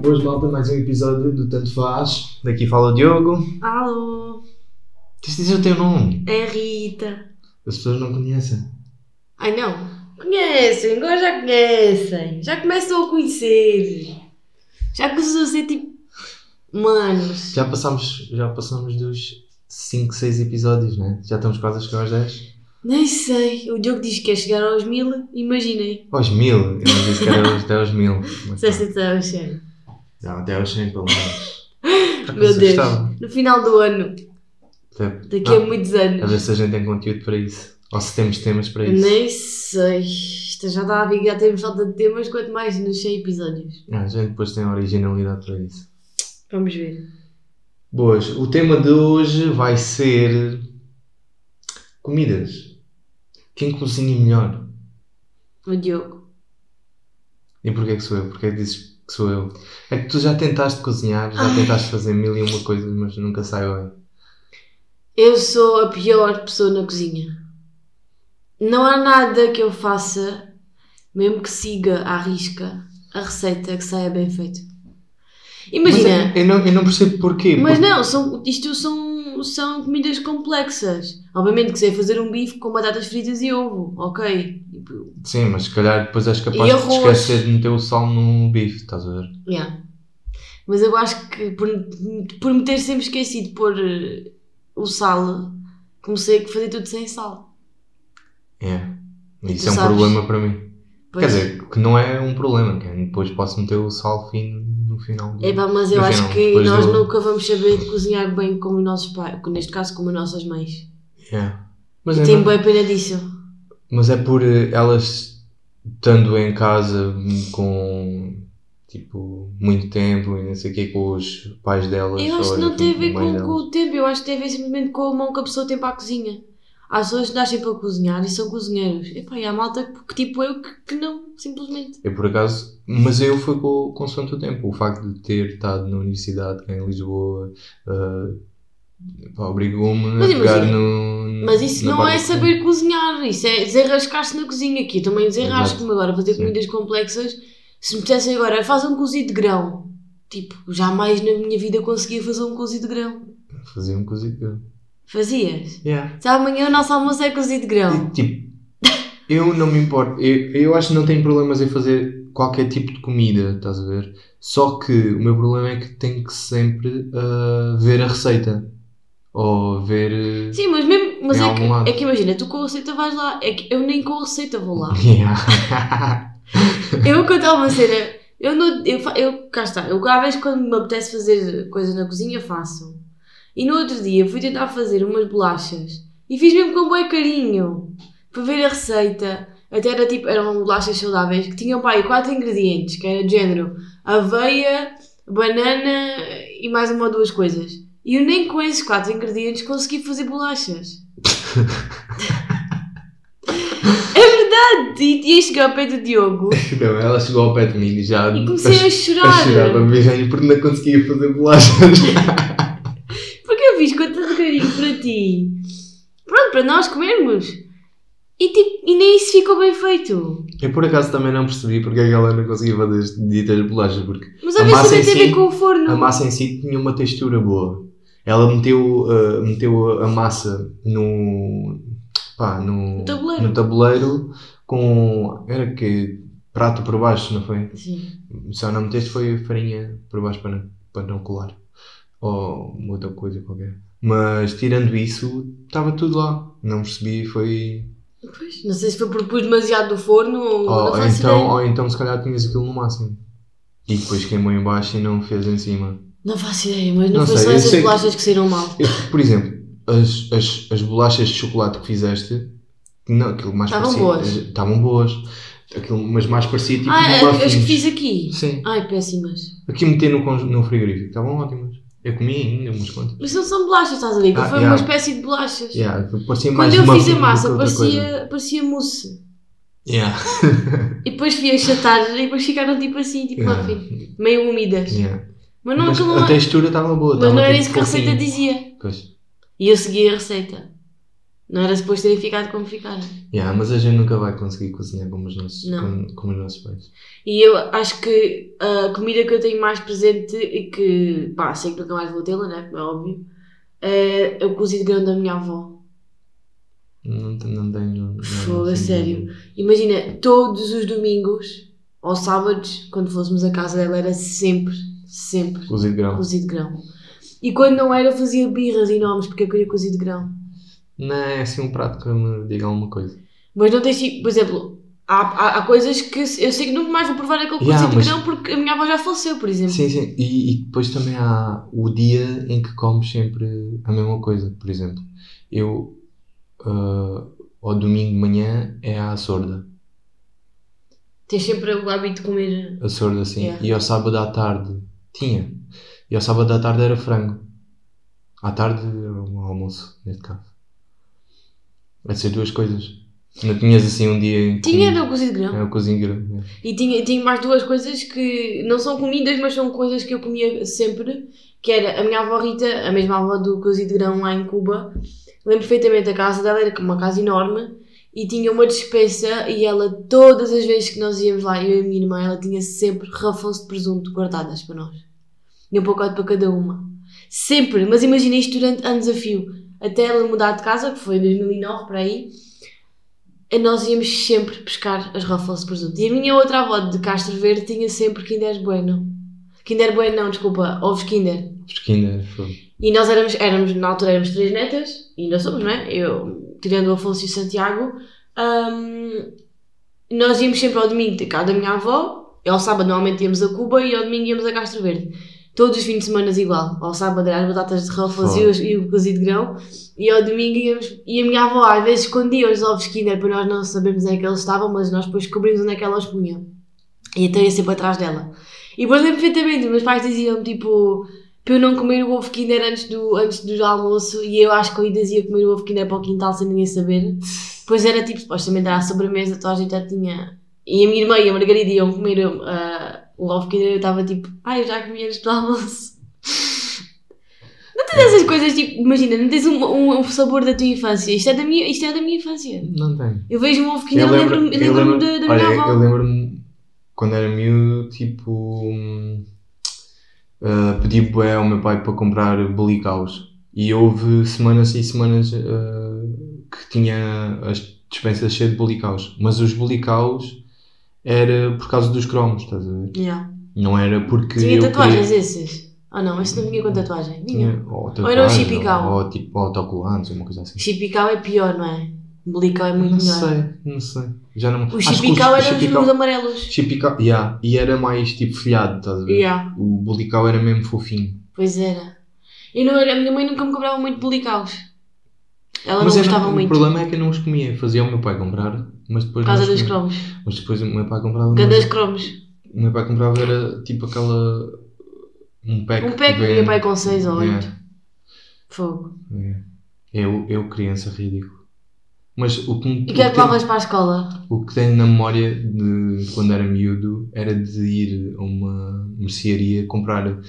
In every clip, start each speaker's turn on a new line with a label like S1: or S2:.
S1: Boas malta, mais um episódio do Tanto Faz. Daqui fala o Diogo.
S2: Alô,
S1: Tens de dizer o teu nome.
S2: é a Rita.
S1: As pessoas não conhecem.
S2: Ai não, conhecem, agora já conhecem. Já começam a conhecer. Já começam a ser tipo humanos.
S1: Já passamos, já passamos dos 5, 6 episódios, né? Já estamos quase a chegar aos 10.
S2: Nem sei, o Diogo diz que quer chegar aos mil, imaginei.
S1: Aos 1000. Eu não disse que era aos- até aos 1000. mas
S2: Se
S1: tá.
S2: esta está cheia.
S1: Não, até aos 100 pelo menos. Por acaso
S2: Meu
S1: eu
S2: Deus,
S1: gostava.
S2: no final do ano,
S1: Até-
S2: daqui
S1: não,
S2: a muitos
S1: Ah, a ver
S2: anos.
S1: se a gente tem conteúdo para isso. Ou se temos temas para isso.
S2: Nem sei. Isto já está a vingar, temos falta de temas, quanto mais nos 100 episódios.
S1: Ah, a gente depois tem originalidade para isso.
S2: Vamos ver.
S1: Boas, o tema de hoje vai ser comidas. Quem cozinha melhor?
S2: O Diogo.
S1: E porquê que sou eu? Porquê que dizes que sou eu? É que tu já tentaste cozinhar, já
S2: Ai.
S1: tentaste fazer mil e uma coisas, mas nunca saiu bem.
S2: Eu sou a pior pessoa na cozinha. Não há nada que eu faça, mesmo que siga à risca a receita que saia bem feito. Imagina,
S1: Mas é eu, eu não, eu não percebo porquê.
S2: mas,
S1: porque-
S2: não, são, isto são, são comidas complexas. Obviamente que sei fazer um bife com batatas fritas e ovo, ok. Tipo,
S1: Sim, mas se calhar depois és capaz
S2: E
S1: de te
S2: arroz?
S1: esquecer de meter o sal no bife, estás a ver?
S2: yeah. Mas eu acho que por, por me ter sempre esquecido de pôr eh, o sal, comecei a fazer tudo sem sal.
S1: É. Isso
S2: Tu
S1: é um
S2: sabes.
S1: problema para mim.
S2: Pois.
S1: Quer dizer, que não é um problema, que depois posso meter o sal fino no final. do-
S2: É pá, mas eu
S1: No
S2: acho
S1: final,
S2: que
S1: depois
S2: nós
S1: do-
S2: nunca vamos saber cozinhar bem como os nossos pais, neste caso como as nossas mães.
S1: É. Mas
S2: E
S1: eu
S2: tenho
S1: não-
S2: bem pena disso.
S1: Mas é por eh, elas estando em casa hum, com tipo muito tempo e não sei o quê com os pais delas.
S2: Eu acho
S1: ou
S2: que não
S1: as
S2: tem a ver
S1: mães
S2: com, com
S1: delas.
S2: o tempo, eu acho que tem a ver simplesmente com a mão que a pessoa tem para a cozinha. Há pessoas que nascem para cozinhar e são cozinheiros. Epá, e há malta que, que tipo eu que, que não, simplesmente.
S1: Eu por acaso, mas eu fui com consoante o tempo. O facto de ter estado na universidade cá em Lisboa eh, pá, obrigou-me a
S2: Mas
S1: pegar
S2: imagina,
S1: no.
S2: Mas isso
S1: Hum, na
S2: não
S1: parte
S2: é
S1: de cozinha.
S2: saber cozinhar, isso é desenrascar-se na cozinha aqui. Eu também desenrasco-me agora a fazer
S1: Sim.
S2: comidas complexas. Se me dissessem agora, faz um cozido de grão. Tipo, jamais na minha vida conseguia fazer um cozido de grão.
S1: Fazia um cozido.
S2: Fazias?
S1: Yeah.
S2: Se amanhã o nosso almoço é cozido de grão.
S1: E, Tipo, eu não me importo. Eu, eu acho que não tenho problemas em fazer qualquer tipo de comida, estás a ver? Só que o meu problema é que tenho que sempre ah, ver a receita. Ou ver.
S2: Sim, mas mesmo. Mas
S1: Em
S2: é
S1: algum lado.
S2: que, é que imagina, tu com a receita vais lá. É que eu nem com a receita vou lá.
S1: Yeah.
S2: eu contar uma cena. Eu não. Eu, fa- eu, cá está. Eu, às vezes, quando me apetece fazer coisas na cozinha, faço. E no outro dia fui tentar fazer umas bolachas. E fiz mesmo com um bom carinho. Para ver a receita. Até era tipo. Eram bolachas saudáveis que tinham pá, aí quatro ingredientes. Que era de género aveia, banana e mais uma ou duas coisas. E eu nem com esses quatro ingredientes consegui fazer bolachas. é verdade! E ia chegar ao pé do Diogo
S1: Não, Então, ela chegou ao pé de mim e já.
S2: e comecei a,
S1: a
S2: chorar.
S1: chorar para me ver porque não conseguia fazer bolachas.
S2: Porque eu fiz com tanto carinho para ti. Pronto, para nós comermos. E, tipo, e nem isso ficou bem feito.
S1: Eu por acaso também não percebi porque é que ela não conseguia fazer as ditas bolachas, porque
S2: Mas a
S1: A
S2: vez
S1: massa
S2: também
S1: em
S2: tem a
S1: si-
S2: ver com o forno.
S1: A massa em si tinha uma textura boa. Ela meteu, uh, meteu a massa no, pá, no,
S2: No tabuleiro.
S1: no tabuleiro com. Era que prato por baixo, não foi?
S2: Sim.
S1: Só não meteste foi farinha por baixo para não, para não colar. Ou uma outra coisa qualquer. Mas tirando isso, estava tudo lá. Não percebi, foi.
S2: Pois, não sei se foi porque pus demasiado do forno ou não
S1: Ou
S2: faço
S1: então,
S2: ideia.
S1: ou então se calhar tinhas aquilo no máximo. E depois queimou em baixo e não fez em cima.
S2: Não faço ideia, mas não,
S1: Não
S2: foi
S1: sei,
S2: só
S1: eu sei
S2: essas
S1: que- tipo,
S2: bolachas que saíram mal.
S1: Eu, por exemplo, as, as, as bolachas de chocolate que fizeste, não, aquilo mais
S2: Estavam
S1: parecia. Estavam boas. Aquilo, mas mais parecia tipo
S2: ah,
S1: muffins.
S2: as que fiz aqui.
S1: Sim.
S2: Ai, péssimas.
S1: Aqui meter no, conge- no frigorífico. Estavam ótimas. Eu comi ainda umas quantas.
S2: Mas não são bolachas, estás a ver?
S1: Ah,
S2: foi
S1: yeah.
S2: uma espécie de bolachas.
S1: Yeah, parecia
S2: Quando
S1: mais
S2: eu
S1: muffin
S2: fiz
S1: do
S2: a
S1: que
S2: massa,
S1: outra coisa.
S2: parecia, parecia mousse.
S1: Yeah.
S2: E depois fui achatar e depois ficaram tipo assim, tipo
S1: Yeah.
S2: muffin. meio úmidas.
S1: Yeah.
S2: Mas não,
S1: Mas
S2: aquilo
S1: a
S2: não,
S1: textura estava boa.
S2: mas não
S1: estava
S2: era
S1: tipo
S2: isso que a receita
S1: fofinho.
S2: dizia.
S1: Pois.
S2: E eu segui a receita. Não era suposto terem ficado como ficaram.
S1: Yeah, mas a gente nunca vai conseguir cozinhar como os nossos,
S2: Não.
S1: como, como os nossos pais.
S2: E eu acho que a comida que eu tenho mais presente e que, pá, sei que nunca mais vou tê-la, né? Como é óbvio. É é o cozido grande da minha avó.
S1: Não, te- não tenho. não- assim não
S2: Fogo, a
S1: tenho-
S2: sério. Imagina, todos os domingos ou sábados, quando fôssemos a casa dela, era sempre, sempre
S1: Cozido de grão.
S2: cozido de grão. E quando não era, eu fazia birras enormes porque eu queria cozido de grão.
S1: Não é assim um prato que me diga alguma coisa.
S2: Mas não tens tipo, por exemplo, há, há, há coisas que se- eu sei que nunca mais vou provar aquele cozido
S1: Yeah,
S2: de
S1: mas-
S2: grão porque a minha avó já faleceu, por exemplo.
S1: Sim, sim. E, e depois também há o dia em que comes sempre a mesma coisa. Por exemplo, eu. ah, ao domingo de manhã é a sorda.
S2: Tens sempre o hábito de comer.
S1: A sorda, sim.
S2: Yeah.
S1: E ao sábado à tarde tinha. E ao sábado à tarde era frango. À tarde era um almoço, neste caso. Essas duas coisas. Não tinhas assim um dia em que.
S2: Tinha era o cozido de grão.
S1: É o cozinheiro. né?
S2: E tinha, tinha mais duas coisas que não são comidas, mas são coisas que eu comia sempre, que era a minha avó Rita, a mesma avó do cozido de grão lá em Cuba. Lembro perfeitamente, a casa dela era uma casa enorme e tinha uma despensa e ela, todas as vezes que nós íamos lá, eu e a minha irmã, ela tinha sempre rafões de presunto guardadas para nós. E um pacote para cada uma. Sempre, mas imagina isto durante anos a fio. Até ela mudar de casa, que foi em 2009, para aí, e nós íamos sempre pescar as Ruffles de presunto. E a minha outra avó de Castro Verde tinha sempre Kinder Bueno. Kinder Bueno não, desculpa, ovos Kinder.
S1: Pesquinda, fogo.
S2: E nós éramos, éramos na altura éramos três netas, e ainda somos, não é? Eu, tirando o Afonso e o Santiago, hum, nós íamos sempre ao domingo de casa da minha avó, e ao sábado normalmente íamos a Cuba e ao domingo íamos a Castro Verde. Todos os fins de semana igual. Ao sábado eram as batatas de Ruffles e, os- e o cozido de grão, e ao domingo íamos. E a minha avó às vezes escondia os ovos Kinder para nós não sabermos onde é que eles estavam, mas nós depois descobrimos onde é que ela os punha. E então ia sempre atrás dela. E depois lembro perfeitamente, os meus pais diziam tipo para eu não comer o ovo Kinder antes do, antes do almoço e eu às corridas ia comer o ovo Kinder para o quintal sem ninguém saber. Pois era tipo, supostamente era a sobremesa, toda a gente já tinha. E a minha irmã e a Margarida iam comer ah, o ovo Kinder e eu estava tipo, ai eu já comi antes do almoço. Não tens essas coisas tipo, imagina, não tens um, um, um sabor da tua infância. Isto é da minha, isto é da minha infância.
S1: Não tenho.
S2: Eu vejo um ovo Kinder, eu lembro-me
S1: eu
S2: lembro,
S1: lembro-
S2: da, da
S1: olha,
S2: minha avó.
S1: Eu lembro-me quando era miúdo, tipo. hum, ah, pedi bué ao meu pai para comprar bolicaus. E houve semanas e semanas ah, que tinha as dispensas cheias de bolicaus. Mas os bolicaus era por causa dos cromos, estás a ver?
S2: Yeah.
S1: Não era porque.
S2: Tinha
S1: eu
S2: tatuagens
S1: queria-
S2: esses. Ah não, esse não vinha com tatuagem. Vinha.
S1: Tinha, ou,
S2: Ou era o
S1: tatuagem,
S2: chipicau.
S1: Ou, tipo autocolantes, uma coisa assim.
S2: Chipical é pior, não é? Bolical é muito
S1: Não
S2: melhor.
S1: sei, não sei. Já não
S2: O
S1: acho que
S2: chipical
S1: o
S2: era os
S1: chipicau-
S2: meus amarelos.
S1: Chipical, yeah. E era mais tipo folhado, estás a ver?
S2: Yeah,
S1: O bolical era mesmo fofinho.
S2: pois era. Eu não era, a minha mãe nunca me comprava muito bolicaus. Ela
S1: mas
S2: não
S1: era-
S2: gostava
S1: o
S2: muito
S1: problema é que eu não os comia. Fazia o meu pai comprar, mas depois.
S2: por causa
S1: não é os
S2: dos
S1: comia.
S2: cromos.
S1: Mas depois o meu pai comprava.
S2: Cada
S1: mas
S2: dos cromos.
S1: O meu pai comprava era tipo aquela. Um pack.
S2: Um pack,
S1: bem-
S2: meu pai com seis ou
S1: Yeah, É
S2: oito. Fogo.
S1: yeah. Eu, eu, criança, ridículo. Mas o que, me-
S2: E
S1: o
S2: que é que
S1: Um que-
S2: levavas para a escola?
S1: O que tenho na memória de quando era miúdo era de ir a uma mercearia comprar.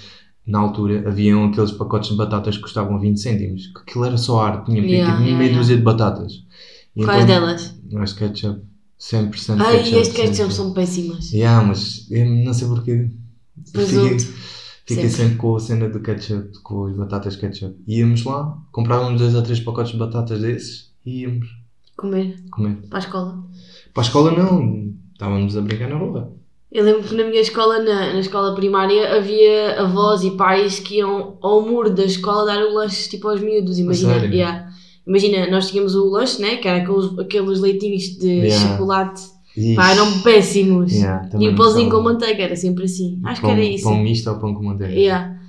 S1: Na altura haviam aqueles pacotes de batatas que custavam 20 cêntimos. que Aquilo era só ar, tinha
S2: Yeah,
S1: tipo
S2: yeah,
S1: meia
S2: yeah.
S1: dúzia de batatas. E
S2: Quais
S1: então, um
S2: delas?
S1: As ketchup. Sempre, sempre
S2: Ai,
S1: ketchup.
S2: este ketchup
S1: sempre.
S2: são péssimas.
S1: Yeah, mas eu não sei porquê.
S2: Presunto.
S1: Fiquei, fiquei
S2: Sempre.
S1: sempre com a cena do ketchup, com as batatas ketchup. Íamos lá, comprávamos dois ou três pacotes de batatas desses e íamos
S2: Comer
S1: comer.
S2: para a escola.
S1: Para a escola não, estávamos a brincar na rua.
S2: Eu lembro que na minha escola, na, na escola primária, havia avós e pais que iam ao muro da escola dar o lanche tipo aos miúdos, imagina.
S1: sério?
S2: yeah. Imagina, nós tínhamos o lanche, né? Que era aqueles, aqueles leitinhos de
S1: Yeah.
S2: chocolate.
S1: E,
S2: Pá, eram péssimos.
S1: Yeah, também
S2: e o
S1: não
S2: pãozinho com
S1: estava-
S2: manteiga era sempre assim. Acho
S1: pão,
S2: que era isso.
S1: Pão misto ou pão com manteiga?
S2: Yeah.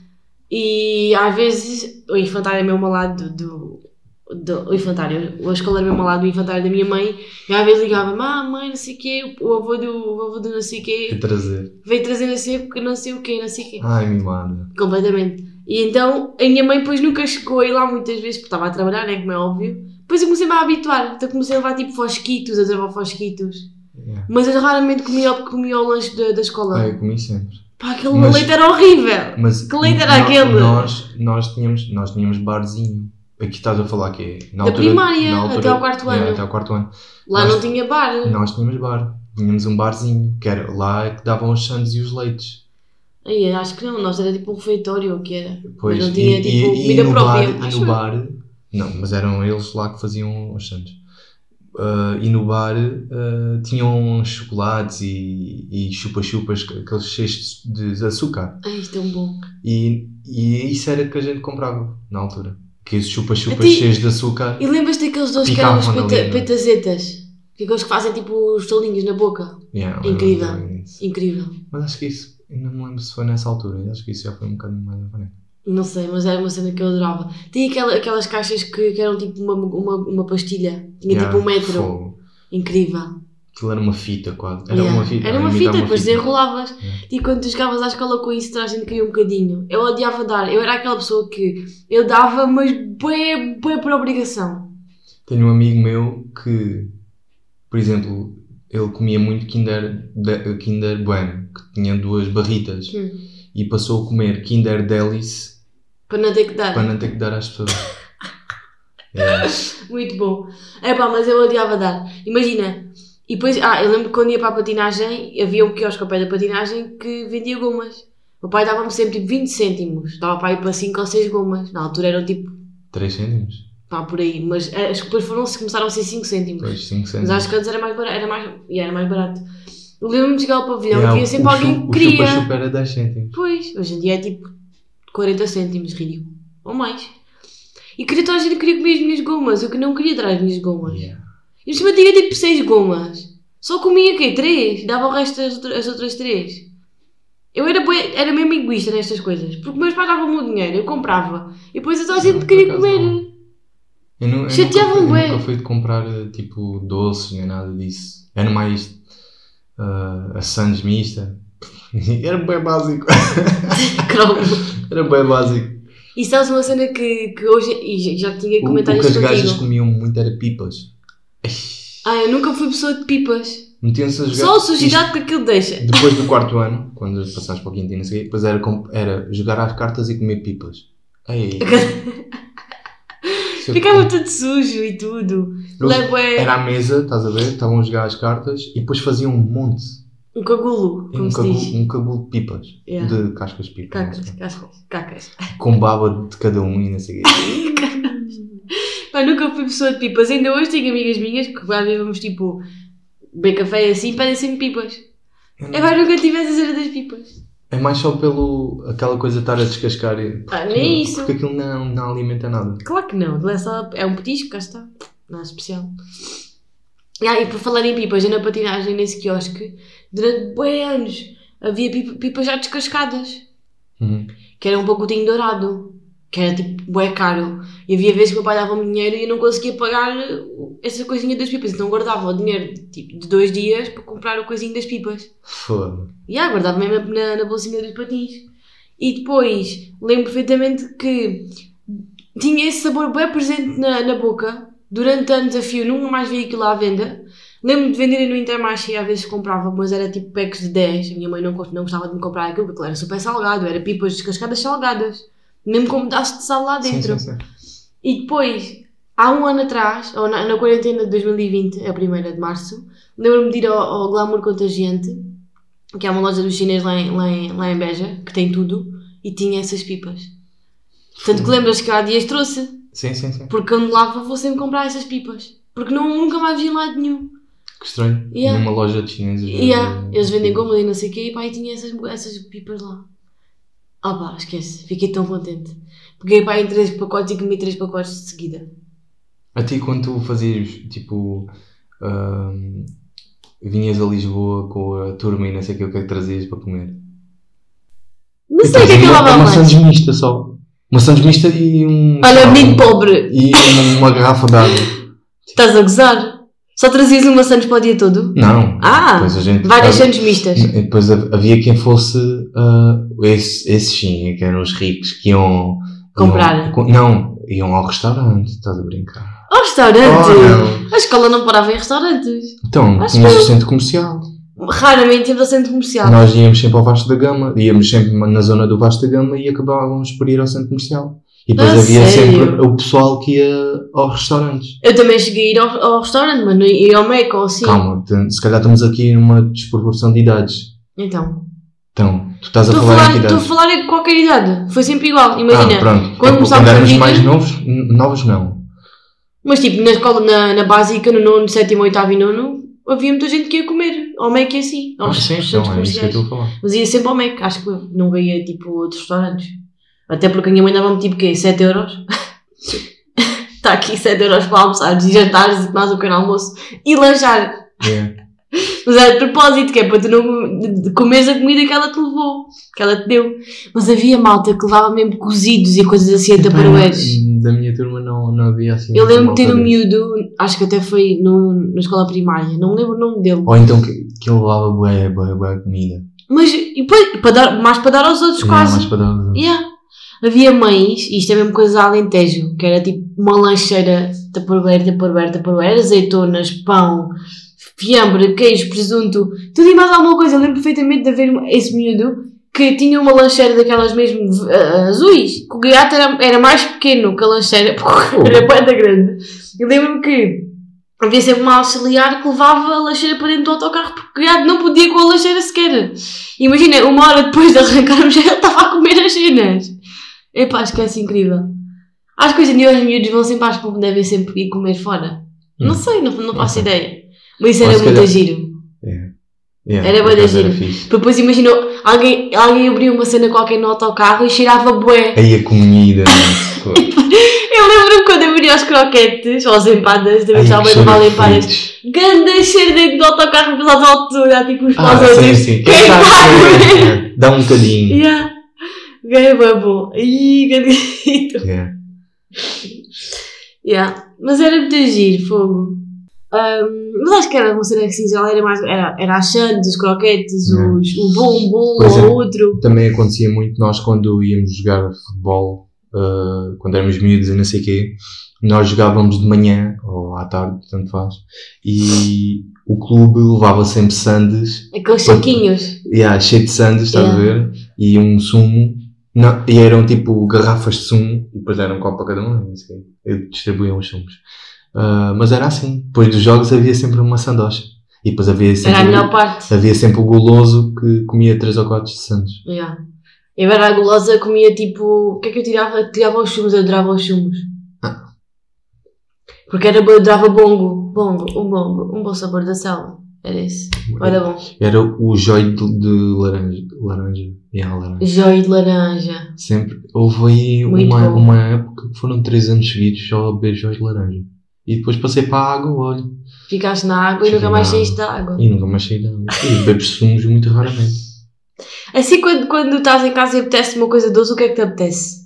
S2: E às vezes o infantário é mesmo ao lado do. do o infantário, a escola era mesmo ao lado do infantário da minha mãe. E às vezes ligava, ah, mãe, não sei o quê, o avô do, o avô do não sei o quê
S1: E trazer.
S2: veio trazer não sei porque não sei o quê, não sei o quê.
S1: Ai, mimada.
S2: Completamente. E então a minha mãe depois nunca chegou a ir lá muitas vezes, porque estava a trabalhar, né, como é óbvio. Depois eu comecei-me a habituar, então comecei a levar tipo fosquitos, a travar fosquitos.
S1: Yeah.
S2: Mas eu raramente comia, o- comia o lanche da, da escola.
S1: Ai, eu comi sempre.
S2: Pá, aquele
S1: Mas-
S2: leite era horrível!
S1: Mas
S2: Que leite era
S1: no-
S2: aquele?
S1: Nós, nós, tínhamos, nós tínhamos barzinho. Aqui estás a falar que é. Na
S2: Da primária, até ao quarto
S1: Yeah,
S2: ano.
S1: Até ao quarto ano.
S2: Lá
S1: Nós-
S2: não tinha bar.
S1: Nós tínhamos bar. Tínhamos um barzinho, que era lá é que davam os sandes e os leites.
S2: Aí, acho que não, nós era tipo um refeitório ou o que era.
S1: Pois,
S2: não tinha,
S1: e,
S2: tipo,
S1: e,
S2: comida
S1: e no
S2: própria,
S1: Bar, e
S2: acho
S1: no
S2: eu.
S1: bar, não, mas eram eles lá que faziam os sandes. Ah, e no bar ah, tinham chocolates e, e chupa-chupas, aqueles cheios de açúcar.
S2: Ai, tão bom.
S1: E, e isso era que a gente comprava na altura. Que esses chupa-chupas
S2: Ti-
S1: cheios de açúcar.
S2: E lembras-te daqueles doces que eram os
S1: Picavam na
S2: peta-
S1: língua.
S2: petazetas? Que aqueles que fazem tipo os talinhos na boca.
S1: Yeah,
S2: Incrível.
S1: eu lembro disso.
S2: Incrível.
S1: Mas acho que isso, eu não me lembro se foi nessa altura, eu acho que isso já foi um bocadinho mais à frente.
S2: Não sei, mas era uma cena que eu adorava. Tinha aquela- aquelas caixas que, que eram tipo uma, uma, uma pastilha. Tinha
S1: Yeah,
S2: tipo um metro.
S1: fogo.
S2: Incrível.
S1: Aquilo era uma fita quase. Era
S2: Yeah.
S1: uma fita.
S2: Era uma
S1: imitar
S2: fita, depois desenrolavas.
S1: Yeah.
S2: E quando tu chegavas à escola com isso, toda a gente queria um bocadinho. Eu odiava dar. Eu era aquela pessoa que eu dava, mas bem, bem por obrigação.
S1: Tenho um amigo meu que, por exemplo, ele comia muito Kinder, de- Kinder Bueno, que tinha duas barritas,
S2: Hum.
S1: e passou a comer Kinder Delice
S2: Para não ter que dar.
S1: para não ter que dar às pessoas. yeah.
S2: Muito bom. É pá, mas eu odiava dar. Imagina. E depois, ah, eu lembro que quando ia para a patinagem, havia um quiosque ao pé da patinagem que vendia gomas. O meu pai dava-me sempre tipo 20 cêntimos. Dava para ir para 5 ou 6 gomas. Na altura eram tipo,
S1: 3 cêntimos?
S2: pá, por aí. Mas eh, acho que depois foram, começaram a ser 5 cêntimos.
S1: 2, 5 cêntimos.
S2: Mas acho que antes era mais barato. Era mais, e era mais barato. Eu Lembro-me de chegar ao pavilhão
S1: Yeah,
S2: e havia sempre
S1: o
S2: alguém
S1: chu-
S2: que queria.
S1: O chupa-chupa era 10 cêntimos.
S2: Pois, hoje em dia é tipo 40 cêntimos, ridículo. Ou mais. E queria toda a gente queria comer as minhas gomas. Eu que não queria dar as minhas gomas.
S1: Yeah.
S2: E por cima tinha tipo 6 gomas. Só comia o quê? 3? Dava o resto das outra- as outras 3. Eu era, bué- era mesmo egoísta nestas coisas. Porque meus pais davam-me o dinheiro, eu comprava. E depois toda a gente
S1: Por
S2: queria
S1: acaso,
S2: comer.
S1: não. Eu, nu- eu nunca,
S2: Chateavam
S1: fui-
S2: bué.
S1: eu nunca fui de comprar eh, tipo doces nem nada disso. Era mais ah, a Sandes mista. Era bem básico.
S2: Calma.
S1: Era bem básico.
S2: E sabes uma cena que, que hoje. E já já
S1: O,
S2: tinha
S1: o que
S2: comentários
S1: as gajas
S2: contigo.
S1: comiam muito era pipas.
S2: Ah, eu nunca fui pessoa de pipas.
S1: Metiam-se a jogar.
S2: Só a sujidade que aquilo deixa.
S1: Isto Depois do quarto ano, quando passaste para o quinto e não sei o quê, depois era, com- era jogar às cartas e comer pipas. Ai, ai.
S2: Ficava tudo sujo e tudo.
S1: Eu-
S2: Levo é
S1: Era à mesa, estás a ver? Estavam a jogar as cartas e depois faziam um monte.
S2: um cagulo, como
S1: um,
S2: se diz.
S1: cabu, um cabulo de pipas.
S2: Yeah.
S1: De cascas de pipas. não
S2: Cacas,
S1: sei.
S2: cacas, cacas.
S1: Com baba de cada um e não sei o quê.
S2: Pá, nunca fui pessoa de pipas. Ainda hoje tenho amigas minhas que às vezes vamos tipo beber café e assim pedem sempre pipas.
S1: Eu
S2: É pá, nunca tive essa cena das pipas.
S1: É mais só pelo aquela coisa de estar a descascar. e-
S2: Ah, nem isso.
S1: Porque aquilo não, não alimenta nada.
S2: Claro que não. aquilo É, só, é um petisco, cá está. Não é especial. Ah, e por falar em pipas, eu na patinagem nesse quiosque, durante bué anos, havia pip- pipas já descascadas.
S1: Uhum.
S2: que era um pacotinho dourado, que era tipo bué caro. E havia vezes que o meu pai dava-me dinheiro e eu não conseguia pagar o- essa coisinha das pipas, então guardava o dinheiro tipo, de dois dias para comprar o coisinho das pipas.
S1: Foda.
S2: E ah, guardava mesmo na, na bolsinha dos patins. E depois lembro perfeitamente que tinha esse sabor bem presente na, na boca durante anos a fio, nunca mais vi aquilo à venda. Lembro de venderem no Intermarché, às vezes comprava, mas era tipo packs de 10. A minha mãe não, gost- não gostava de me comprar aquilo, porque aquilo era super salgado, era pipas descascadas salgadas, mesmo com pedaços de sal lá
S1: Sim,
S2: dentro.
S1: sim, sim.
S2: E depois, há um ano atrás, ou na, na quarentena de 2020, a primeira de março, lembro-me de ir ao, ao Glamour Contagiante, que é uma loja dos chineses lá em, lá, em, lá em Beja, que tem tudo, e tinha essas pipas. Tanto que lembras que há dias trouxe,
S1: Sim, sim, sim.
S2: porque quando lá vou, vou sempre comprar essas pipas. Porque não, nunca mais vi em lado nenhum.
S1: Que estranho.
S2: Yeah.
S1: Numa loja de chineses.
S2: E há,
S1: eh,
S2: eles vendem gomas e não sei o quê, e pá, e tinha essas, essas pipas lá. Ah pá, esquece, fiquei tão contente. Peguei pá em três pacotes e comi três pacotes de seguida.
S1: A ti, quando tu fazias, tipo, ahm, vinhas a Lisboa com a turma e não sei o que, o que é que trazias para comer? Tipo,
S2: Não sei o que é que
S1: Uma-
S2: ela vai
S1: Então, Uma
S2: mais.
S1: sandes mista só. Uma sandes mista e um... sei
S2: Olha,
S1: lá,
S2: menino
S1: um-
S2: pobre,
S1: E uma, uma garrafa de água.
S2: estás a gozar? Só trazias uma Santos para o dia todo?
S1: Não.
S2: Ah,
S1: Depois a gente...
S2: várias Santos mistas.
S1: E Depois ha- havia quem fosse... ah, esse, esse sim, é que eram os ricos que iam...
S2: Comprar.
S1: iam- co- não, iam ao restaurante. Estás a brincar.
S2: Ao restaurante!
S1: Oh, não.
S2: a escola não parava em restaurantes.
S1: Então,
S2: Acho
S1: tínhamos
S2: que-
S1: o centro comercial.
S2: Raramente íamos ao centro comercial.
S1: Nós íamos sempre ao Vasco da Gama, íamos sempre na zona do Vasco da Gama e acabávamos por ir ao centro comercial. E depois
S2: Ah,
S1: havia
S2: sério?
S1: sempre o pessoal que ia aos restaurantes.
S2: Eu também cheguei a ir ao, ao restaurante, mas não ia ao Meco ou assim.
S1: Calma, te- se calhar estamos aqui numa desproporção de idades.
S2: Então,
S1: Então, tu estás a
S2: estou a
S1: falar,
S2: falar,
S1: em que
S2: estou a
S1: idades?
S2: falar em qualquer idade. Foi sempre igual,
S1: ah,
S2: imagina.
S1: pronto.
S2: quando
S1: Quando,
S2: começámos a
S1: éramos
S2: vida-
S1: mais novos, n- novos não.
S2: Mas tipo, na escola, na, na básica, no nono, sétimo, oitavo e nono, havia muita gente que ia comer. Ao Mac e assim.
S1: Ah,
S2: Aos
S1: sim,
S2: restaurantes
S1: então, é isso que eu
S2: comerciais.
S1: estou a falar.
S2: Mas ia sempre ao Mac. Acho que nunca ia tipo a outros restaurantes. Até porque a minha mãe dava-me tipo o quê? 7 euros? Está aqui 7 euros para almoçares e jantares e mais um pequeno almoço e lanchar.
S1: É.
S2: Mas era de propósito, que é para tu não de- de comeres a comida que ela te levou, que ela te deu. Mas havia malta que levava mesmo cozidos e coisas assim até para o
S1: Então, Da minha turma não, não havia assim.
S2: Eu lembro-me
S1: muita
S2: de ter um
S1: malta
S2: miúdo, acho que até foi no, na escola primária, não me lembro o nome dele.
S1: desse. Ou então que, que ele levava bué, bué, bué comida.
S2: Mas e pa- para dar, mais para dar aos outros,
S1: Não,
S2: quase.
S1: mas para dar-
S2: Yeah. Havia mães, e isto é mesmo coisa de alentejo, que era tipo uma lancheira taparbeira, taparbeira, taparbeira, azeitonas, pão, fiambre, queijo, presunto, tudo e mais alguma coisa. Eu lembro perfeitamente de haver esse miúdo que tinha uma lancheira daquelas mesmo ah, azuis, que o gato era, era mais pequeno que a lancheira, porque era banda grande. Eu lembro-me que havia sempre uma auxiliar que levava a lancheira para dentro do autocarro, porque o gato não podia com a lancheira sequer. Imagina, uma hora depois de arrancarmos, ele estava a comer as cenas. Epá, acho que é assim incrível. Acho que hoje em dia os miúdos vão sempre, acho que devem sempre ir comer fora. Não
S1: Hum.
S2: sei, não, não faço
S1: Ok.
S2: ideia. Mas isso
S1: Ou
S2: era
S1: se
S2: muito
S1: calhar-
S2: giro.
S1: Yeah,
S2: Era
S1: É. por
S2: bué da
S1: acaso
S2: giro.
S1: fixe.
S2: Depois imagina, alguém, alguém abriu uma cena qualquer no autocarro e cheirava bué.
S1: Aí a comida, mano.
S2: Eu lembro-me quando abri os croquetes, ou as empadas, também
S1: Ai,
S2: estava
S1: que
S2: bem mal
S1: cheiro de
S2: empadas.
S1: fritos.
S2: Grande cheiro dentro do autocarro, pesados à altura, tipo uns
S1: Ah,
S2: paus aos
S1: sim,
S2: outros.
S1: sim.
S2: Quem
S1: Está a
S2: vai
S1: comer? Dá um bocadinho.
S2: Yeah. Ganhei bué bom. Ih, grande...
S1: Yeah.
S2: Yeah. Mas era muito giro, fogo. Ahm, mas acho que era uma cena que sim, ela era mais. Era, era as sandes, os croquetes,
S1: Yeah.
S2: os, o bom, um bolo
S1: Uhum. Pois é.
S2: ou outro.
S1: Também acontecia muito nós quando íamos jogar futebol, ah, quando éramos miúdos e não sei o quê, nós jogávamos de manhã ou à tarde, tanto faz, e o clube levava sempre sandes,
S2: Aqueles saquinhos.
S1: yeah, cheio de sandes, estás a ver? E um sumo, não, e eram tipo garrafas de sumo, e depois era um copo a cada um, não sei, e distribuíam os sumos. Ah, mas era assim, depois dos jogos havia sempre uma sandocha, e depois havia
S2: Era a
S1: sempre,
S2: melhor parte.
S1: havia sempre o guloso que comia três ou quatro sandes.
S2: Yeah. Eu era a gulosa, comia tipo. O que é que eu tirava? Tirava os chumos, eu adorava os chumos.
S1: Ah.
S2: Porque era, bom, eu adorava bongo, bongo, um bongo, um bom sabor da selva. Era esse. Era bom.
S1: Era o joio de, de laranja. Laranja. Yeah, laranja.
S2: Joio de laranja.
S1: Sempre. Houve aí
S2: Muito
S1: uma,
S2: bom.
S1: uma época que foram 3 anos seguidos só a beber joio de laranja. E depois passei para a água, olha.
S2: Ficaste na água e nunca
S1: Fiquei
S2: mais
S1: na
S2: saíste da água.
S1: E nunca mais saí da água. E bebo sumos muito raramente.
S2: Assim, quando, quando estás em casa e apetece uma coisa doce, o que é que te apetece?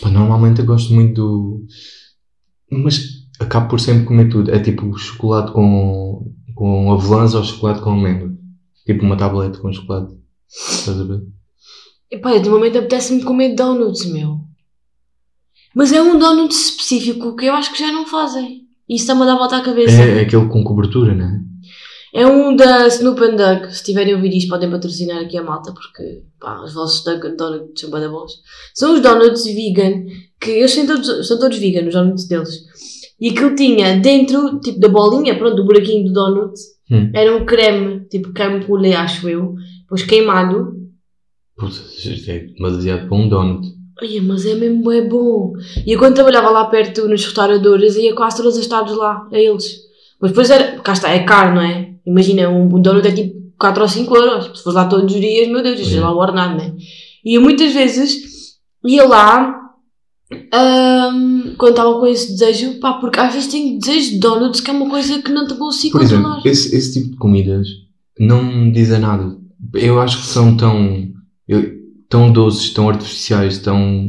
S1: Pá, normalmente eu gosto muito do. Mas acabo por sempre comer tudo. É tipo chocolate com, com avelãs ou chocolate com amêndoa. Tipo uma tablete com chocolate. Estás a ver?
S2: Epá, eu, de momento apetece-me comer donuts, meu. Mas é um donut específico que eu acho que já não fazem. Isso está-me a dar volta à cabeça. É,
S1: É, é aquele com cobertura, não é?
S2: um da Snoop and Doug. Se tiverem a ouvir isto, podem patrocinar aqui a malta, porque pá, os vossos Dunk- donuts são bada bons. São os donuts vegan, que eles são todos, são todos vegan, os donuts deles. E aquilo tinha dentro, tipo da bolinha, pronto, do buraquinho do donut,
S1: Hum.
S2: era um creme, tipo creme poulet, acho eu, depois queimado.
S1: Puta, isto é demasiado para um donut.
S2: Ai, mas é mesmo é bom. E eu quando trabalhava lá perto nos restauradores, ia quase todas as tardes lá, a eles. Mas depois era, cá está, é caro, não é? Imagina, um, um donut é tipo 4 ou 5 euros. Se fores lá todos os dias, meu Deus, deixa
S1: Yeah.
S2: lá o ordenado, não é? E eu muitas vezes ia lá, ahm, quando estava com esse desejo, pá, porque às vezes tenho desejo de donuts, que é uma coisa que não te consigo
S1: Por exemplo,
S2: controlar.
S1: esse, esse tipo de comidas não me dizem nada. Eu acho que são tão, eu- tão doces, tão artificiais, tão.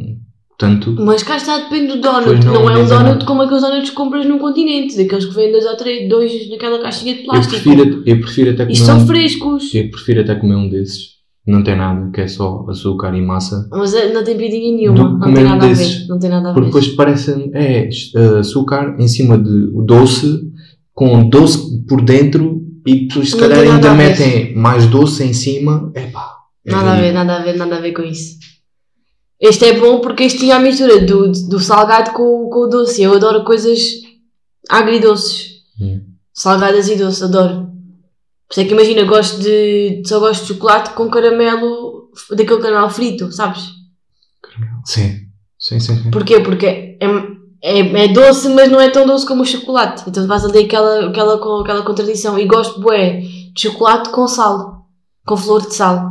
S1: tanto.
S2: Mas cá está, depende do donut.
S1: Pois
S2: Não,
S1: não,
S2: é um
S1: dizem
S2: donut
S1: nada.
S2: como aqueles donuts que compras num continente, daqueles que vêm dois ou três, dois naquela caixinha de
S1: Eu
S2: plástico.
S1: prefiro, eu prefiro até comer.
S2: Isto são
S1: um-
S2: frescos.
S1: Eu prefiro até comer um desses. Não tem nada, que é só açúcar e massa.
S2: Mas eh, não tem pedinha nenhuma.
S1: Do
S2: Não tem
S1: comer
S2: nada a ver.
S1: desses.
S2: Não tem nada a
S1: Porque
S2: ver.
S1: depois parece. é eh, açúcar em cima de o doce, com doce por dentro e depois se
S2: Não tem
S1: calhar
S2: nada
S1: ainda
S2: a ver.
S1: metem mais doce em cima. Epá, É pá.
S2: Nada a ver, nada a ver, nada a ver com isso. Este é bom porque este tinha a mistura do, do salgado com, o- com o doce. Eu adoro coisas agridoces.
S1: Hum.
S2: Salgadas e doce, adoro. Por isso é que imagina, gosto de. Só gosto de chocolate com caramelo daquele caramelo frito, sabes?
S1: Sim. Sim, sim, sim.
S2: Porquê? Porque é, é, é doce, mas não é tão doce como o chocolate. Então faz ali aquela, aquela, co- aquela contradição. E gosto, bué, de chocolate com sal. Com flor de sal.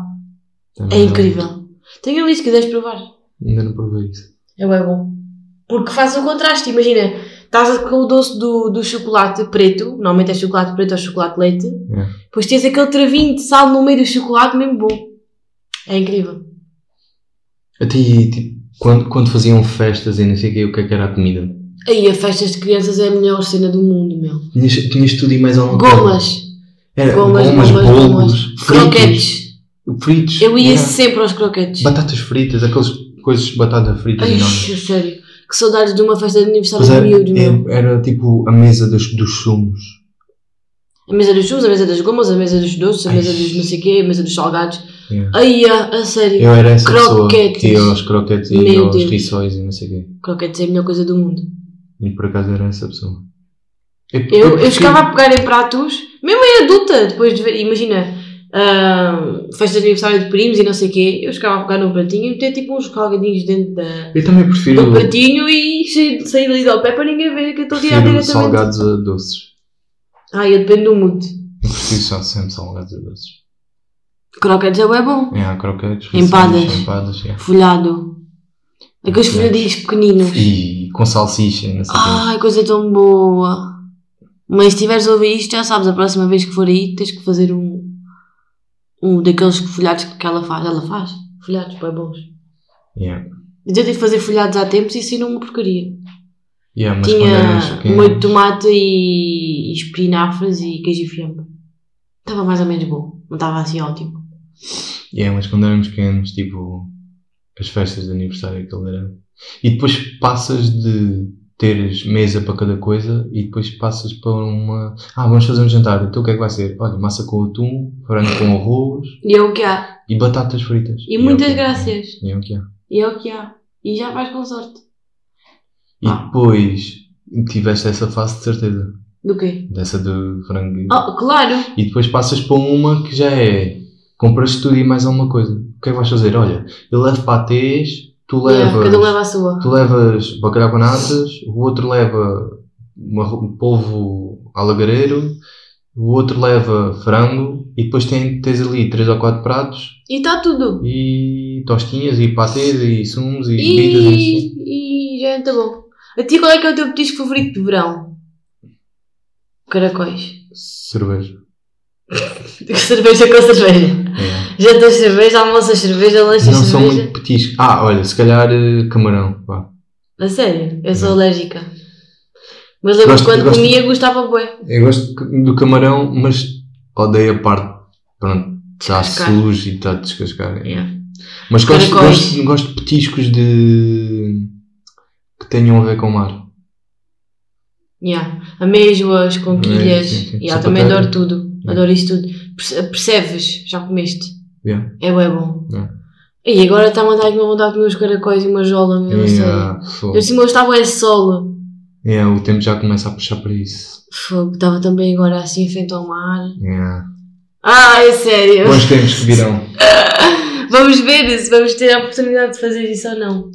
S2: É
S1: Também não-
S2: incrível. Tenho ali se quiseres provar.
S1: Ainda não provei isso.
S2: É bué bom. Porque faz o contraste. Imagina, estás com o doce do, do chocolate preto. Normalmente é chocolate preto ou chocolate leite.
S1: É.
S2: Depois tens aquele travinho de sal no meio do chocolate, mesmo bom. É incrível.
S1: A ti, tipo, quando, quando faziam festas e não sei o que, o que é que era a comida?
S2: Aí, a festas de crianças é a melhor cena do mundo, meu.
S1: Tinhas, tinhas tudo e mais alguma coisa?
S2: Gomas.
S1: Era
S2: Gomas,
S1: gomas,
S2: gomas,
S1: bolos,
S2: gomas.
S1: fritos,
S2: Croquetes.
S1: fritos.
S2: Eu ia
S1: yeah.
S2: sempre aos croquetes.
S1: Batatas fritas, aquelas coisas de batata frita
S2: Ai,
S1: enormes.
S2: sério. Que saudades de uma festa de aniversário
S1: Mas é-
S2: do
S1: era,
S2: miúdo, meu.
S1: era, era tipo a mesa dos, dos sumos.
S2: A mesa dos chumos, a mesa das gomas, a mesa dos doces, a
S1: Ai.
S2: mesa dos não sei quê, a mesa dos salgados.
S1: Yeah.
S2: Aí, a, a sério.
S1: Eu era essa pessoa
S2: Croquetes.
S1: que ia aos croquetes e
S2: Meu
S1: aos
S2: Deus.
S1: rissóis e não sei o quê.
S2: Croquetes é a melhor coisa do mundo.
S1: E por acaso era essa pessoa.
S2: Eu, eu
S1: prefiro-
S2: chegava a pegar em pratos, mesmo em adulta, depois de ver, imagina, ah, festa de aniversário de primos e não sei o quê, eu chegava a pegar num pratinho e meter tipo uns salgadinhos dentro da,
S1: Eu também prefiro,
S2: do pratinho e sair sair dali do pé para ninguém ver que eu estou a tirar
S1: prefiro
S2: diretamente.
S1: salgados a doces.
S2: Ai, eu dependo do mood.
S1: Eu prefiro só sempre salgados a doces.
S2: Croquetes é bué bom.
S1: É, há croquetes,
S2: Empadas.
S1: rissóis, empadas yeah.
S2: Folhado. Aqueles folhadinhos pequeninos.
S1: E com salsicha e não sei o quê.
S2: Ai, coisa tão boa. Mas se tiveres a ouvir isto, já sabes, a próxima vez que for aí, tens que fazer um. Um daqueles folhados que ela faz. Ela faz? Folhados, bem bons.
S1: Yeah.
S2: Eu tentei fazer folhados há tempos e isso não uma porcaria.
S1: Yeah, mas quando éramos
S2: Tinha
S1: pequenos-
S2: molho de tomate e, e espinafres e queijo e fiambre. Estava mais ou menos bom. Não estava assim ótimo.
S1: Yeah, é, mas quando éramos pequenos, tipo, as festas de aniversário, aquilo era. E depois passas de teres mesa para cada coisa e depois passas para uma. Ah, vamos fazer um jantar. Então o que é que vai ser? Olha, massa com atum, frango com arroz
S2: E é o que há.
S1: e batatas fritas.
S2: E
S1: é
S2: muitas
S1: o que é.
S2: graças.
S1: E é o que é.
S2: E é o que há. E já vais com sorte.
S1: E
S2: Ah.
S1: depois tiveste essa fase de certeza.
S2: Do quê?
S1: Dessa do frango.
S2: Oh, claro!
S1: E depois passas para uma que já é. Compras tudo e mais alguma coisa. O que é que vais fazer? Olha, eu levo patês, tu
S2: Yeah,
S1: levas.
S2: cada um leva a sua.
S1: Tu levas bacalhau com natas, o outro leva uma, ro- um polvo alagareiro, o outro leva frango e depois tem, tens ali três ou quatro pratos
S2: E está tudo.
S1: e tostinhas e patês e sumos e bebidas e assim.
S2: E, e já está bom. A ti qual é que é o teu petisco favorito de verão? Caracóis.
S1: Cerveja.
S2: cerveja com cerveja.
S1: É.
S2: Jantas cerveja, almoças cerveja, lanches
S1: Não são
S2: cerveja.
S1: muito petisco. Ah, olha, se calhar eh, camarão. vá.
S2: A sério, eu sou
S1: Não.
S2: alérgica. Mas lembro
S1: Gosto-
S2: que quando
S1: gosto-
S2: comia gostava bué.
S1: Eu gosto c- do camarão, mas odeio a parte. Pronto, está
S2: Descascar.
S1: sujo e está a descascar. é.
S2: Yeah.
S1: Mas gosto,
S2: Caracóis.
S1: gosto, gosto de petiscos de. que tenham a ver com o mar.
S2: Yeah. Amêijoas, conquilhas.
S1: É, sim, sim. Sapateiro.
S2: Yeah, também adoro tudo.
S1: Yeah.
S2: Adoro isso tudo. Perce- Percebes? Já comeste?
S1: Yeah.
S2: É bué bom.
S1: Yeah.
S2: E agora está-me a dar aqui uma vontade de comer uns caracóis e uma jola, meu, a sério.
S1: Yeah, fogo.
S2: Eu assim, hoje estava é solo.
S1: Yeah, o tempo já começa a puxar para isso.
S2: Fogo, estava também agora assim em frente ao mar.
S1: Yeah.
S2: Ai, é sério.
S1: Bons tempos que virão.
S2: Vamos ver se vamos ter a oportunidade de fazer isso ou não.
S1: Tá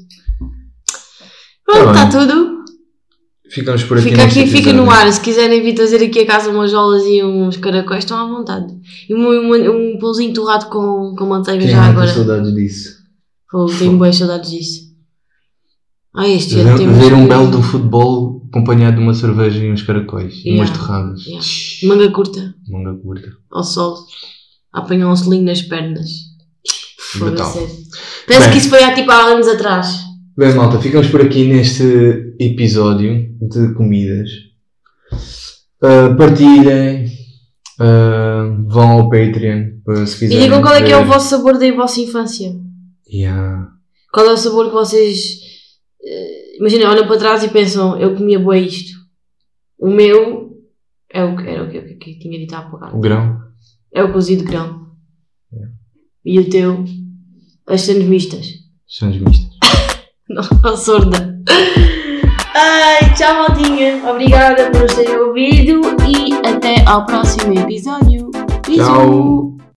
S2: Pronto,
S1: bem.
S2: está tudo.
S1: Ficamos por aqui.
S2: fica
S1: neste
S2: aqui, fica
S1: episódio.
S2: no ar. Se quiserem vir trazer aqui a casa umas jolas e uns caracóis, estão à vontade. E um, um, um pãozinho torrado com, com manteiga
S1: Tenho
S2: já
S1: muitas
S2: agora.
S1: é saudades disso.
S2: Fogo, tenho boas saudades disso. Ai, este ano
S1: Ver,
S2: temos
S1: ver um
S2: que-
S1: belo do futebol acompanhado de uma cerveja e uns caracóis. E umas
S2: Yeah.
S1: torradas.
S2: Yeah. Manga curta,
S1: Manga curta.
S2: ao sol. A Apanhar um selinho nas pernas. Fogo, a
S1: Brutal.
S2: sério. Parece
S1: Bem.
S2: que isso foi há tipo há anos atrás.
S1: Bem, malta, ficamos por aqui neste episódio de comidas. Ah, partilhem, ah, vão ao Patreon para se
S2: E
S1: quiserem.
S2: digam qual é que é o
S1: ver.
S2: vosso sabor da vossa infância.
S1: Yeah.
S2: Qual é o sabor que vocês. eh, Imaginem, olham para trás e pensam, eu comia boa isto. O meu é o que, era o que, o que tinha dito há
S1: O
S2: bocado.
S1: grão.
S2: É o cozido de grão. E o teu, as sandes mistas.
S1: São os mistos.
S2: Não, sorda. Ai, tchau, maldinha. Obrigada por nos terem ouvido e até ao próximo episódio. Bisous.
S1: Tchau.